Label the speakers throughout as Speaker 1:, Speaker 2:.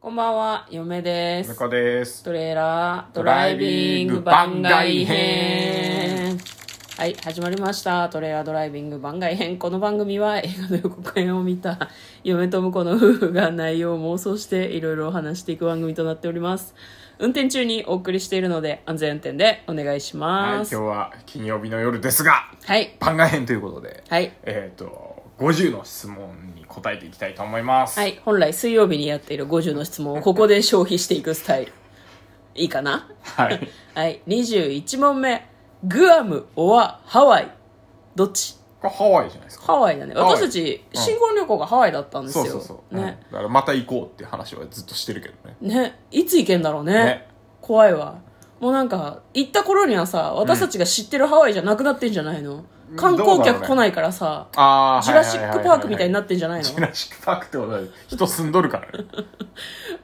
Speaker 1: こんばんは、嫁で
Speaker 2: ム
Speaker 1: す。
Speaker 2: カです。
Speaker 1: トレーラード
Speaker 2: ド
Speaker 1: ラ
Speaker 2: ラ
Speaker 1: イ
Speaker 2: イ
Speaker 1: ビ
Speaker 2: ビ
Speaker 1: ン
Speaker 2: ン
Speaker 1: グ
Speaker 2: グ
Speaker 1: 番
Speaker 2: 番
Speaker 1: 外
Speaker 2: 外
Speaker 1: 編
Speaker 2: 編。
Speaker 1: はい、始まりました。トレーラードライビング番外編。この番組は映画の予告編を見た嫁と婿の夫婦が内容を妄想していろいろお話していく番組となっております。運転中にお送りしているので安全運転でお願いし
Speaker 2: はい、
Speaker 1: ま
Speaker 2: 今
Speaker 1: す。
Speaker 2: 日
Speaker 1: はい、
Speaker 2: は金曜日の夜ですが、
Speaker 1: はい、
Speaker 2: 番外編ということで、
Speaker 1: はい。
Speaker 2: えっ、と、50の質問に答えていきたいと思います。
Speaker 1: 本来水曜日にやっている50の質問をここで消費していくスタイル。いいかな
Speaker 2: はい。
Speaker 1: はい、21問目。グアム、オア、ハワイ。どっち
Speaker 2: これハワイじゃないですか。
Speaker 1: ハワイだね。
Speaker 2: ハワイ
Speaker 1: 私たち、
Speaker 2: うん
Speaker 1: 新婚旅行がハワイだったんですよ。
Speaker 2: そうそうそう。
Speaker 1: ね。
Speaker 2: うんだからまた行こうって話はずっとしてるけどね。
Speaker 1: ね。いつ行けんだろうね。
Speaker 2: ね
Speaker 1: 怖いわ。もうなんか、行った頃にはさ、私たちが知ってるハワイじゃなくなってんじゃないの、観光客来ないからさ、
Speaker 2: ああ、
Speaker 1: ジュラシックパークみたいにな
Speaker 2: って
Speaker 1: ってんじゃないの
Speaker 2: ジュラシックパークってことは人住んど るからね。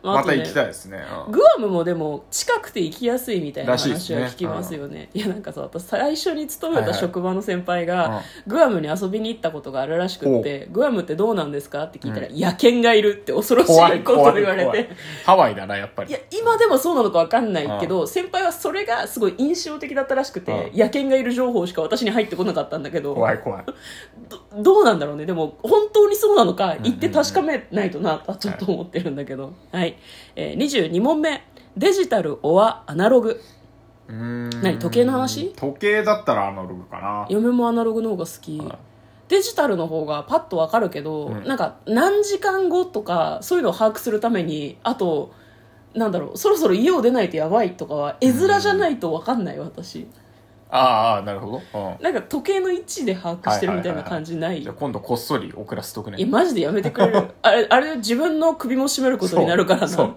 Speaker 1: あ
Speaker 2: ま
Speaker 1: あと
Speaker 2: た
Speaker 1: ね
Speaker 2: 行きたいですね。うん
Speaker 1: グアムもでも近くて行きやすいみたいな
Speaker 2: らしいです
Speaker 1: 話
Speaker 2: ね
Speaker 1: は聞きますよねいやなんかさ私最初に勤め
Speaker 2: はい
Speaker 1: た
Speaker 2: はい
Speaker 1: 職場の先輩が、
Speaker 2: うん
Speaker 1: グアムに遊びに行ったことがあるらしくってグアムってどうなんですかって聞いたら、
Speaker 2: う
Speaker 1: 野犬がいるって恐ろし
Speaker 2: 怖
Speaker 1: い
Speaker 2: い、
Speaker 1: ことを
Speaker 2: 怖い、
Speaker 1: 言われ
Speaker 2: 怖
Speaker 1: て
Speaker 2: い。ハワイだな、やっぱ
Speaker 1: い
Speaker 2: り
Speaker 1: や。今でもそうなのか分かんないけど、先輩はそれがすごい印象的だったらしくて、
Speaker 2: う
Speaker 1: 野犬がいる情報しか私に入ってこなかったんだけど
Speaker 2: 怖い、怖い。
Speaker 1: どどうなんだろうねでも本当にそうなのか
Speaker 2: んうん
Speaker 1: 言って確かめないとなとはちょっと思ってるんだけど、はいえー、22問目デジタルオアアナログ
Speaker 2: うーん
Speaker 1: 何時計の話
Speaker 2: 時計だったらアナログかな。
Speaker 1: 嫁もアナログの方が好き、
Speaker 2: はい
Speaker 1: デジタルの方がパッとわかるけど、
Speaker 2: うん
Speaker 1: なんか何時間後とかそういうのを把握するためにあとなんだろうそろそろ家を出ないとやばいとかは絵面じゃないとわかんない私
Speaker 2: あーあー、なるほど。うん。
Speaker 1: なんか時計の位置で把握してるみたいな感じない
Speaker 2: じゃあ今度こっそり遅らせとくね
Speaker 1: いやマジでやめてくれ るあれあれ自分の首も絞めることになるからな
Speaker 2: そう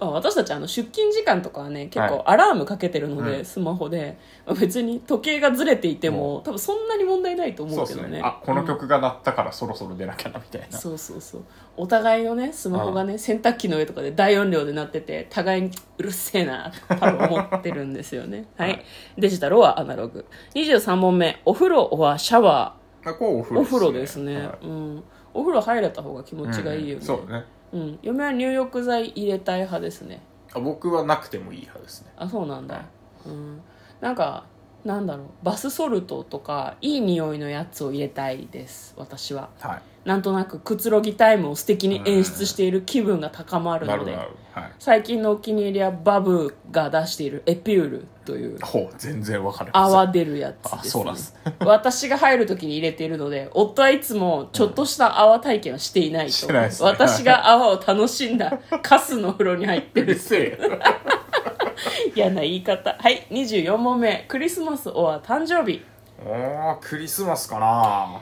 Speaker 1: まあ、私たちあの出勤時間とかはね結構
Speaker 2: はい
Speaker 1: アラームかけてるので、
Speaker 2: うん
Speaker 1: スマホで、まあ別に時計がずれていても、多分そんなに問題ないと
Speaker 2: そ
Speaker 1: 思
Speaker 2: う
Speaker 1: う
Speaker 2: で
Speaker 1: け
Speaker 2: す
Speaker 1: どね
Speaker 2: ねあこの曲が鳴ったからそろそろ出なきゃなみたいな、
Speaker 1: そうそうそうお互いのねスマホがね洗濯機の上とかで大音量で鳴ってて互いにうるせえなと多分思ってるんですよねはい、
Speaker 2: はい
Speaker 1: デジタルはアナログ23問目お風呂はシャワ
Speaker 2: あこうお風
Speaker 1: ーお風呂
Speaker 2: 呂
Speaker 1: で
Speaker 2: ですす
Speaker 1: ね
Speaker 2: ね
Speaker 1: うん、お風呂入れた方が気持
Speaker 2: はい
Speaker 1: ちがいいよね、
Speaker 2: うんそうだね
Speaker 1: うん、嫁は入浴剤入れたい派ですね
Speaker 2: あ僕はなくてもいい派ですね
Speaker 1: あそうなんだ、
Speaker 2: はい
Speaker 1: うん、なんかなんだろうバスソルトとかいい匂いのやつを入れたいです私は
Speaker 2: は
Speaker 1: なんとなくくつろぎタイムを素敵に演出している気分が高ま
Speaker 2: い
Speaker 1: る
Speaker 2: なる
Speaker 1: の
Speaker 2: ほど
Speaker 1: で
Speaker 2: なるほど、はい、
Speaker 1: 最近のお気に入りはバブが出しているエピュールという
Speaker 2: ほう全然わかる
Speaker 1: 泡出るやつ
Speaker 2: あ
Speaker 1: です,、
Speaker 2: そう
Speaker 1: ね
Speaker 2: なんです
Speaker 1: 私が入る時に入れているので夫はいつもちょっとした泡体験をしていない
Speaker 2: し
Speaker 1: と、
Speaker 2: てないですね
Speaker 1: 私が泡を楽しんだカスのお風呂に入って
Speaker 2: うる
Speaker 1: る
Speaker 2: せえ
Speaker 1: 嫌な言い方はい24問目クリスマスオア誕生日
Speaker 2: おークリスマスかな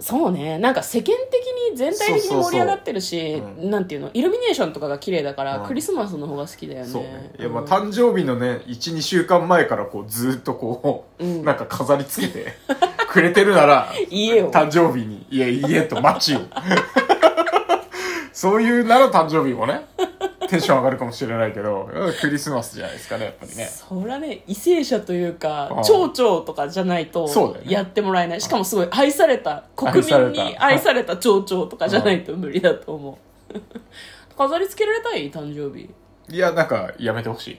Speaker 1: そうねなんか世間的に全体的に
Speaker 2: そうそうそ
Speaker 1: 盛
Speaker 2: う
Speaker 1: り上がってるし
Speaker 2: う
Speaker 1: なんていうのイルミネーションとかが綺麗だから、
Speaker 2: うん
Speaker 1: クリスマスの方が好きだよね
Speaker 2: そうねいやま
Speaker 1: う
Speaker 2: あ
Speaker 1: ん
Speaker 2: 誕生日のね12週間前からこうずーっとこう、
Speaker 1: うん
Speaker 2: なんか飾りつけてくれてるなら
Speaker 1: 家を
Speaker 2: 誕生日にいや家と街をそういうなら誕生日もねテンション上がるかもしれないけどうんクリスマスじゃないですかねやっぱりね
Speaker 1: そりゃね為政者という
Speaker 2: う
Speaker 1: か
Speaker 2: ん
Speaker 1: 町長とかじゃないと
Speaker 2: そうだよね
Speaker 1: やってもらえない、しかもすごい愛された国
Speaker 2: 愛さ
Speaker 1: 民
Speaker 2: れた
Speaker 1: に愛された町長とかじゃないと無理だと思 う飾り付けられたい誕生日
Speaker 2: いやなんかやめてほ しい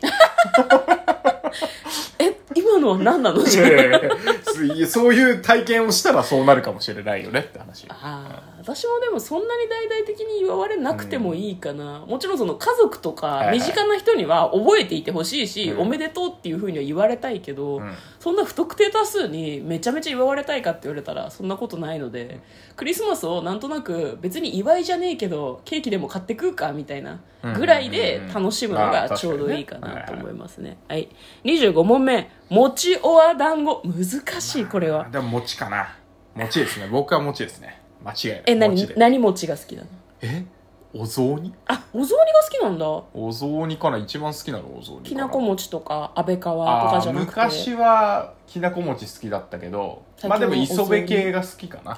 Speaker 1: え今のは何 なの
Speaker 2: いやいやいやすいやそういう体験をしたらそうなるかもしれないよねって話
Speaker 1: ああ私もでもそんなに大々的に祝われなくてもいいかな、もちろんその家族と
Speaker 2: はい
Speaker 1: か
Speaker 2: はい
Speaker 1: 身近な人には覚えていてほしいし、
Speaker 2: うん
Speaker 1: おめでとうっていうふうには言われたいけど、
Speaker 2: うん
Speaker 1: そんな不特定多数にめちゃめちゃ祝われたいかって言われたらそんなことないので、クリスマスをなんとなく別に祝いじゃねえけどケーキでも買って食うかみたいなぐらいで楽しむの
Speaker 2: うんうんうん
Speaker 1: が
Speaker 2: まあ
Speaker 1: ちょうどいいか
Speaker 2: 確かに
Speaker 1: な
Speaker 2: ね
Speaker 1: と思いますね、はい25問目「もちおわ団子」難しいこれは
Speaker 2: でも餅かな餅ですね僕は餅ですね間違いない
Speaker 1: え何
Speaker 2: 餅で
Speaker 1: 何餅が好きなの
Speaker 2: えお雑煮
Speaker 1: あお雑煮が好きなんだ
Speaker 2: お雑煮かな一番好きなのお雑煮
Speaker 1: き
Speaker 2: かな
Speaker 1: なこ餅とか安倍川と
Speaker 2: あ
Speaker 1: か
Speaker 2: あ
Speaker 1: じゃなくて
Speaker 2: 昔はきなこ餅好きだったけど
Speaker 1: 最近
Speaker 2: まあでも
Speaker 1: お雑煮
Speaker 2: 磯部系が好きかな
Speaker 1: あ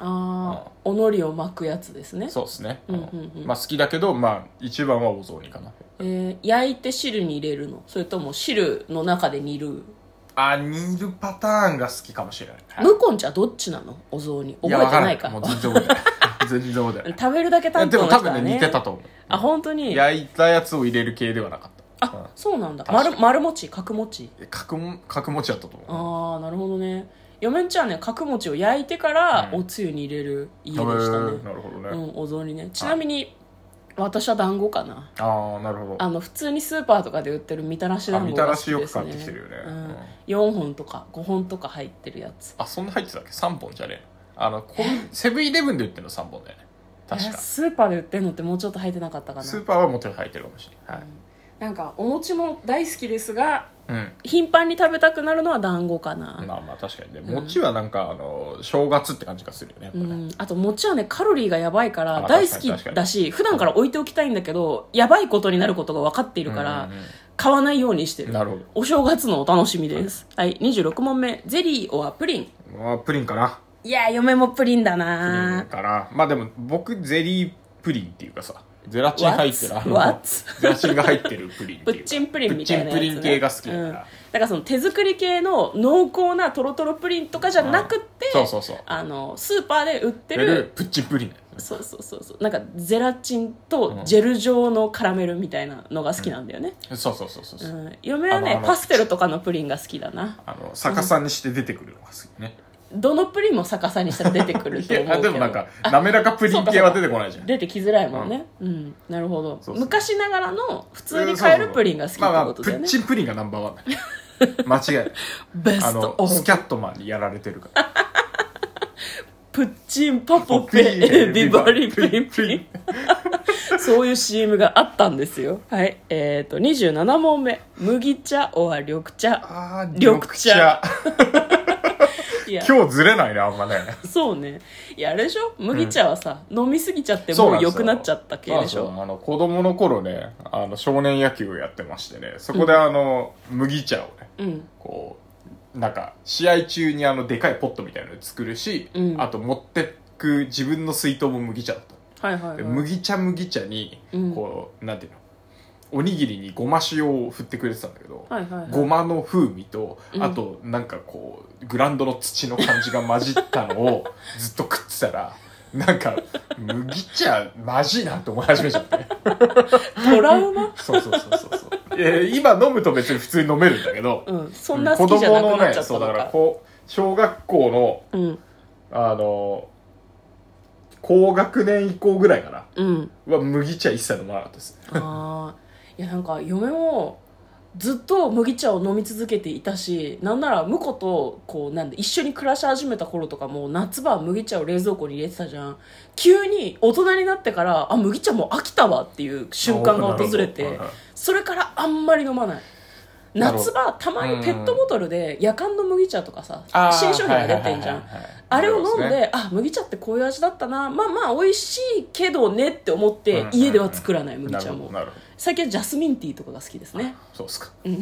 Speaker 1: あおのりを巻くやつですね
Speaker 2: そうですね、
Speaker 1: うんうんうん
Speaker 2: まあ好きだけどまあ一番はお雑煮かな
Speaker 1: えー焼いて汁に入れるのそれとも汁の中で煮る
Speaker 2: あ煮るパターンが好きかもしれない
Speaker 1: むこんちゃんどっちなのお雑煮覚えてないか
Speaker 2: やわらもう全然覚えてない全然だよね
Speaker 1: 食べるだけ担
Speaker 2: で
Speaker 1: 当の
Speaker 2: も
Speaker 1: 人
Speaker 2: 多
Speaker 1: だね
Speaker 2: 分ね似てたと思う
Speaker 1: あ本当に
Speaker 2: 焼いたやつを入れる系ではなかった
Speaker 1: あそうなんだ
Speaker 2: 確かに
Speaker 1: 丸丸餅角餅
Speaker 2: うん角も角持ちだったと思
Speaker 1: あ
Speaker 2: う
Speaker 1: あなるほどね嫁んちはね角餅を焼いてから
Speaker 2: うん
Speaker 1: おつゆに入れる家で
Speaker 2: へ
Speaker 1: したね
Speaker 2: ー、なるほどね、
Speaker 1: うん、お雑煮ねちなみに私は団子かな
Speaker 2: ああなるほど
Speaker 1: あの普通にスーパーとかで売ってるみたらし
Speaker 2: あ
Speaker 1: 団子
Speaker 2: みた
Speaker 1: が
Speaker 2: ら
Speaker 1: 好
Speaker 2: し
Speaker 1: き
Speaker 2: よ
Speaker 1: で
Speaker 2: く
Speaker 1: す
Speaker 2: 買っ
Speaker 1: ね
Speaker 2: てきてるよね、うん
Speaker 1: うん、4本とか5本とか入ってるやつ
Speaker 2: あそんな入ってたっけ3本じゃねえのあのこん セブンイレブンで売ってるの3本だよね確
Speaker 1: え
Speaker 2: か
Speaker 1: スーパーで売ってるのってもうちょっと入ってなかったかな
Speaker 2: スーパーはもちろん入ってるかもしれない、はい
Speaker 1: なんかお餅も大好きですが
Speaker 2: うん
Speaker 1: 頻繁に食べたくなるのは団子かな、
Speaker 2: まあまあ確かにね餅はなんかあの正月って感じがするよねやっぱ
Speaker 1: う
Speaker 2: ね
Speaker 1: ん、あと餅はねカロリーがやばいから
Speaker 2: あ
Speaker 1: 大好
Speaker 2: 確か
Speaker 1: き
Speaker 2: に確かに
Speaker 1: だし普段から置いておきたいんだけどやばいことになることが分かっているから、
Speaker 2: うんうん
Speaker 1: 買わないようにして
Speaker 2: うん
Speaker 1: る
Speaker 2: なるほど
Speaker 1: お正月のお楽しみですはい26問目ゼリーオアプリン
Speaker 2: まあプリンかない
Speaker 1: やー嫁もプリンだ
Speaker 2: プリン
Speaker 1: な
Speaker 2: かなまあでも僕ゼリープリンっていうかさゼラチン入ってる
Speaker 1: What？
Speaker 2: あの
Speaker 1: What？
Speaker 2: ゼラチンが入ってるプリンって
Speaker 1: プ
Speaker 2: いう
Speaker 1: ッ
Speaker 2: か
Speaker 1: チンプリンみたいなやつ、
Speaker 2: プ
Speaker 1: ね、
Speaker 2: ッチンプリン系が好きだか
Speaker 1: うんだ
Speaker 2: ら、
Speaker 1: からその手作り系の濃厚なトロトロプリンとかじゃなくって、
Speaker 2: そうそうそう
Speaker 1: あのスーパーで売って
Speaker 2: で
Speaker 1: る
Speaker 2: プッチンプリンだよね
Speaker 1: そうそうそうそうなんかゼラチンとジェル状のカラメルみたいなのが好きなんだよね、
Speaker 2: そうそうそうそう
Speaker 1: う
Speaker 2: そうん
Speaker 1: 嫁は
Speaker 2: あ
Speaker 1: ね
Speaker 2: のあの
Speaker 1: パステルとかのプリンが好きだな
Speaker 2: あの逆さにして出てくるのが好きね
Speaker 1: どのプリンも逆さにしたら出てくると思う けど
Speaker 2: いやでもなんか滑らかプリン系は出てこな いじゃん
Speaker 1: 出てきづらいもんねうん、なるほど
Speaker 2: そうそう
Speaker 1: 昔ながらの普通に買えるプリンが好きってことだよね
Speaker 2: そうそうそうまあまあプッチンプリンがナンバー ワンだね間違いない
Speaker 1: ベ
Speaker 2: あ
Speaker 1: ストオ
Speaker 2: の
Speaker 1: ブ
Speaker 2: スキャットマンにやられてるから
Speaker 1: プッチンパポペエビバリプリンプ リンそういう CM があったんですよはいえっ、と27問目麦茶おは緑茶
Speaker 2: あー
Speaker 1: 緑
Speaker 2: 緑
Speaker 1: 茶
Speaker 2: 茶
Speaker 1: いや
Speaker 2: 今日ずれないねあんまね
Speaker 1: そうねいやあれでしょ麦茶はさ、飲みすぎちゃって
Speaker 2: そう
Speaker 1: も
Speaker 2: な
Speaker 1: うん
Speaker 2: です
Speaker 1: 良
Speaker 2: よ
Speaker 1: くなっちゃった系でし
Speaker 2: そう
Speaker 1: ょ
Speaker 2: そうあの子供の頃ねあの少年野球をやってましてねそこであの、麦茶をね
Speaker 1: うん
Speaker 2: こうなんか試合中にあのでかいポットみたいなの作るし、
Speaker 1: うん
Speaker 2: あと持ってく自分の水筒も麦茶だった
Speaker 1: はいはい、はい、
Speaker 2: で麦茶麦茶に
Speaker 1: うん
Speaker 2: こう、なんていうのおにぎりにごま塩を振ってくれてたんだけど、
Speaker 1: はいはいはい
Speaker 2: ごまの風味と、
Speaker 1: うん
Speaker 2: あとなんかこうグラウンドの土の感じが混じったの をずっと食ってたらなんか麦茶まじいなって思い始めちゃって
Speaker 1: トラウマ
Speaker 2: そうそうそうそ うそう、えー今飲むと別に普通に飲めるんだけど、
Speaker 1: うんそんな好きじゃなくなっちゃったの
Speaker 2: 子供のねそうだから
Speaker 1: か,、
Speaker 2: こう小学校の
Speaker 1: うん
Speaker 2: あの高学年以降ぐらいかな
Speaker 1: うん
Speaker 2: は麦茶一切飲まなかったです
Speaker 1: ああいやなんか嫁もずっと麦茶を飲み続けていたしなんなら婿とこうなんで一緒に暮らし始めた頃とかも夏場は麦茶を冷蔵庫に入れてたじゃん急に大人になってからあ麦茶もう飽きたわっていう瞬間が訪れ
Speaker 2: なる
Speaker 1: て
Speaker 2: ほど
Speaker 1: それからあんまり飲まない
Speaker 2: なるほど
Speaker 1: 夏場たまにペットボトルで夜間の麦茶とかさ
Speaker 2: あー
Speaker 1: 新商品が出てんじゃん
Speaker 2: はいはいはいはい
Speaker 1: あれを飲ん
Speaker 2: そう
Speaker 1: で、
Speaker 2: すね
Speaker 1: あ麦茶ってこういう味だったなまあまあ美味しいけどねって思って
Speaker 2: うん
Speaker 1: 家では作らない麦
Speaker 2: なる
Speaker 1: 茶
Speaker 2: ほ
Speaker 1: も
Speaker 2: どなるほど
Speaker 1: 最近はジャスミンティーとかが好きですね
Speaker 2: そうっすかそうっ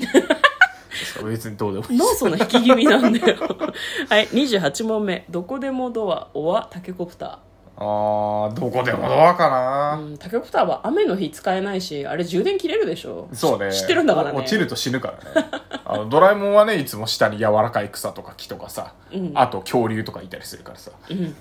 Speaker 2: すか別にどうでもいい
Speaker 1: 脳素の引き気味なんだよ はい28問目「どこでもドア」「おわタケコプタ
Speaker 2: あーどこでもドアか
Speaker 1: ー」
Speaker 2: な
Speaker 1: うん、タケコプターは雨の日使えないしあれ充電切れるでしょ
Speaker 2: そうね
Speaker 1: 知ってるんだからね
Speaker 2: 落ちると死ぬからねあのドラえもんはねいつも下に柔らかい草とか木とかさ、
Speaker 1: うん
Speaker 2: あと恐竜とかいたりするからさ
Speaker 1: うん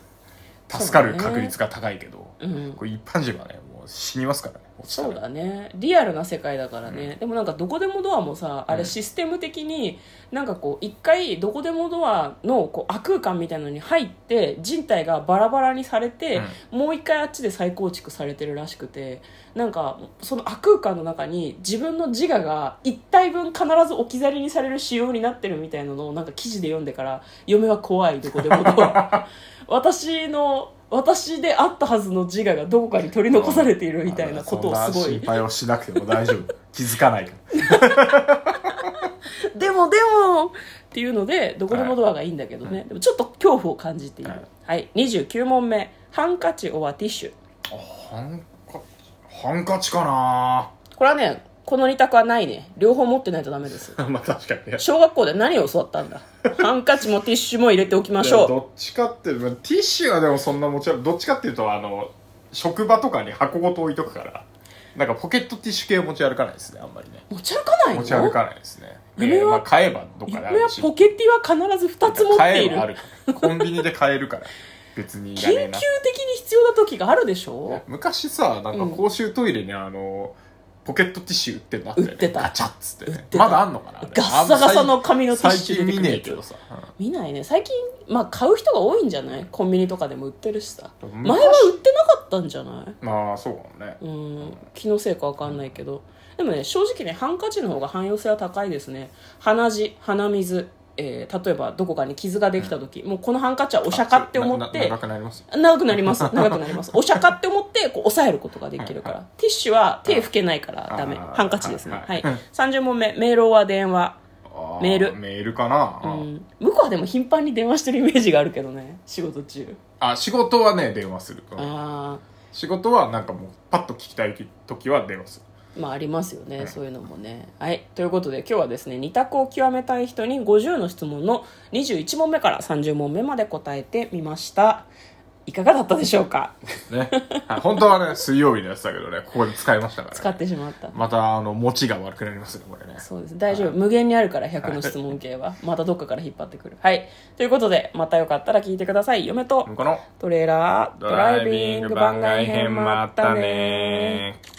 Speaker 2: 助かる確率が高いけど、
Speaker 1: うん
Speaker 2: これ一般人はねもう死にますからね落ちたら
Speaker 1: そうだねリアルな世界だからね、でもなんかどこでもドアもさあれシステム的になんかこう一回どこでもドアのこう悪空間みたいなのに入って人体がバラバラにされて、もう一回あっちで再構築されてるらしくてなんかその悪空間の中に自分の自我が一体分必ず置き去りにされる仕様になってるみたいなのをなんか記事で読んでから嫁は怖いどこでもド ア私の私であったはずの自我がどこかに取り残されているみたいなことをすご
Speaker 2: そんない心配をしなくても大丈夫気づかないから
Speaker 1: でもでもっていうのでどこでもドアがいいんだけどね、でもちょっと恐怖を感じている、は
Speaker 2: はいい
Speaker 1: 29問目ハンカチオアティッシュ
Speaker 2: ハンカチハンカチかな
Speaker 1: これはねこの2択はないね両方持ってないとダメです
Speaker 2: まあ確かにね
Speaker 1: 小学校で何を教わったんだハンカチもティッシュも入れておきましょう
Speaker 2: どっちかってまあティッシュはでもそんなもちろんどっちかっていうとあの職場とかに箱ごと置いとくからなんかポケットティッシュ系持ち歩かないですねあんまりね
Speaker 1: 持ち歩かないの
Speaker 2: 持ち歩かないですねえ
Speaker 1: 夢は
Speaker 2: ーまあ買えばどっかであ
Speaker 1: 夢は
Speaker 2: るし
Speaker 1: ポケティは必ず2つ持って
Speaker 2: 買
Speaker 1: い
Speaker 2: え
Speaker 1: る
Speaker 2: ばあるからコンビニで買えるから別にいら
Speaker 1: 緊急的
Speaker 2: ねえな
Speaker 1: に必要な時があるでしょ
Speaker 2: 昔さなんか公衆トイレにあの、ポケットティッシュ売ってるのあったよね
Speaker 1: 売ってた
Speaker 2: ガチャッつって,、ね、
Speaker 1: 売ってた
Speaker 2: まだあんのかなあれ
Speaker 1: ガッサガサの紙のティッシュ
Speaker 2: 最近
Speaker 1: 出てくる
Speaker 2: 見ね
Speaker 1: や
Speaker 2: え
Speaker 1: つ
Speaker 2: けどさ、
Speaker 1: 見ないね最近まあ買う人が多いんじゃないコンビニとかでも売ってるしさ
Speaker 2: うん
Speaker 1: 前は売ってなかったんじゃない
Speaker 2: まあそうかもね
Speaker 1: うん気のせいかわかんないけどでもね正直ねハンカチの方が汎用性は高いですね鼻血鼻水、えー例えばどこかに傷ができた時、もうこのハンカチはお釈迦って思っ
Speaker 2: なな
Speaker 1: て
Speaker 2: 長くなりますよ
Speaker 1: 長くなります長くなりますお釈迦って思ってこう抑えることができるからティッシュは手拭けないからダメ
Speaker 2: あー
Speaker 1: ハンカチですねは
Speaker 2: はいい
Speaker 1: 30問目メールは電話
Speaker 2: あ
Speaker 1: メール
Speaker 2: メールかな、
Speaker 1: う
Speaker 2: あ
Speaker 1: ん向こうはでも頻繁に電話してるイメージがあるけどね仕事中
Speaker 2: あ仕事はね電話する、
Speaker 1: あ
Speaker 2: 仕事はなんかもうパッと聞きたい時は電話する
Speaker 1: あまあありますよね、
Speaker 2: うん
Speaker 1: そういうのもねはいということで今日はですね二択を極めたい人に50の質問の21問目から30問目まで答えてみましたいかがだったでしょう か
Speaker 2: ね、はい、本当はね水曜日のやつだけどねここで使いましたから、ね、
Speaker 1: 使ってしまった
Speaker 2: またあの持ちが悪くなりますねこれね
Speaker 1: そうです大丈夫無限にあるから100の質問系はまたどっかから引っ張ってくるはいということでまたよかったら聞いてください嫁と
Speaker 2: この
Speaker 1: トレーラード
Speaker 2: ドライビング番外編
Speaker 1: ま
Speaker 2: ま
Speaker 1: っ
Speaker 2: ったた
Speaker 1: ね
Speaker 2: ねー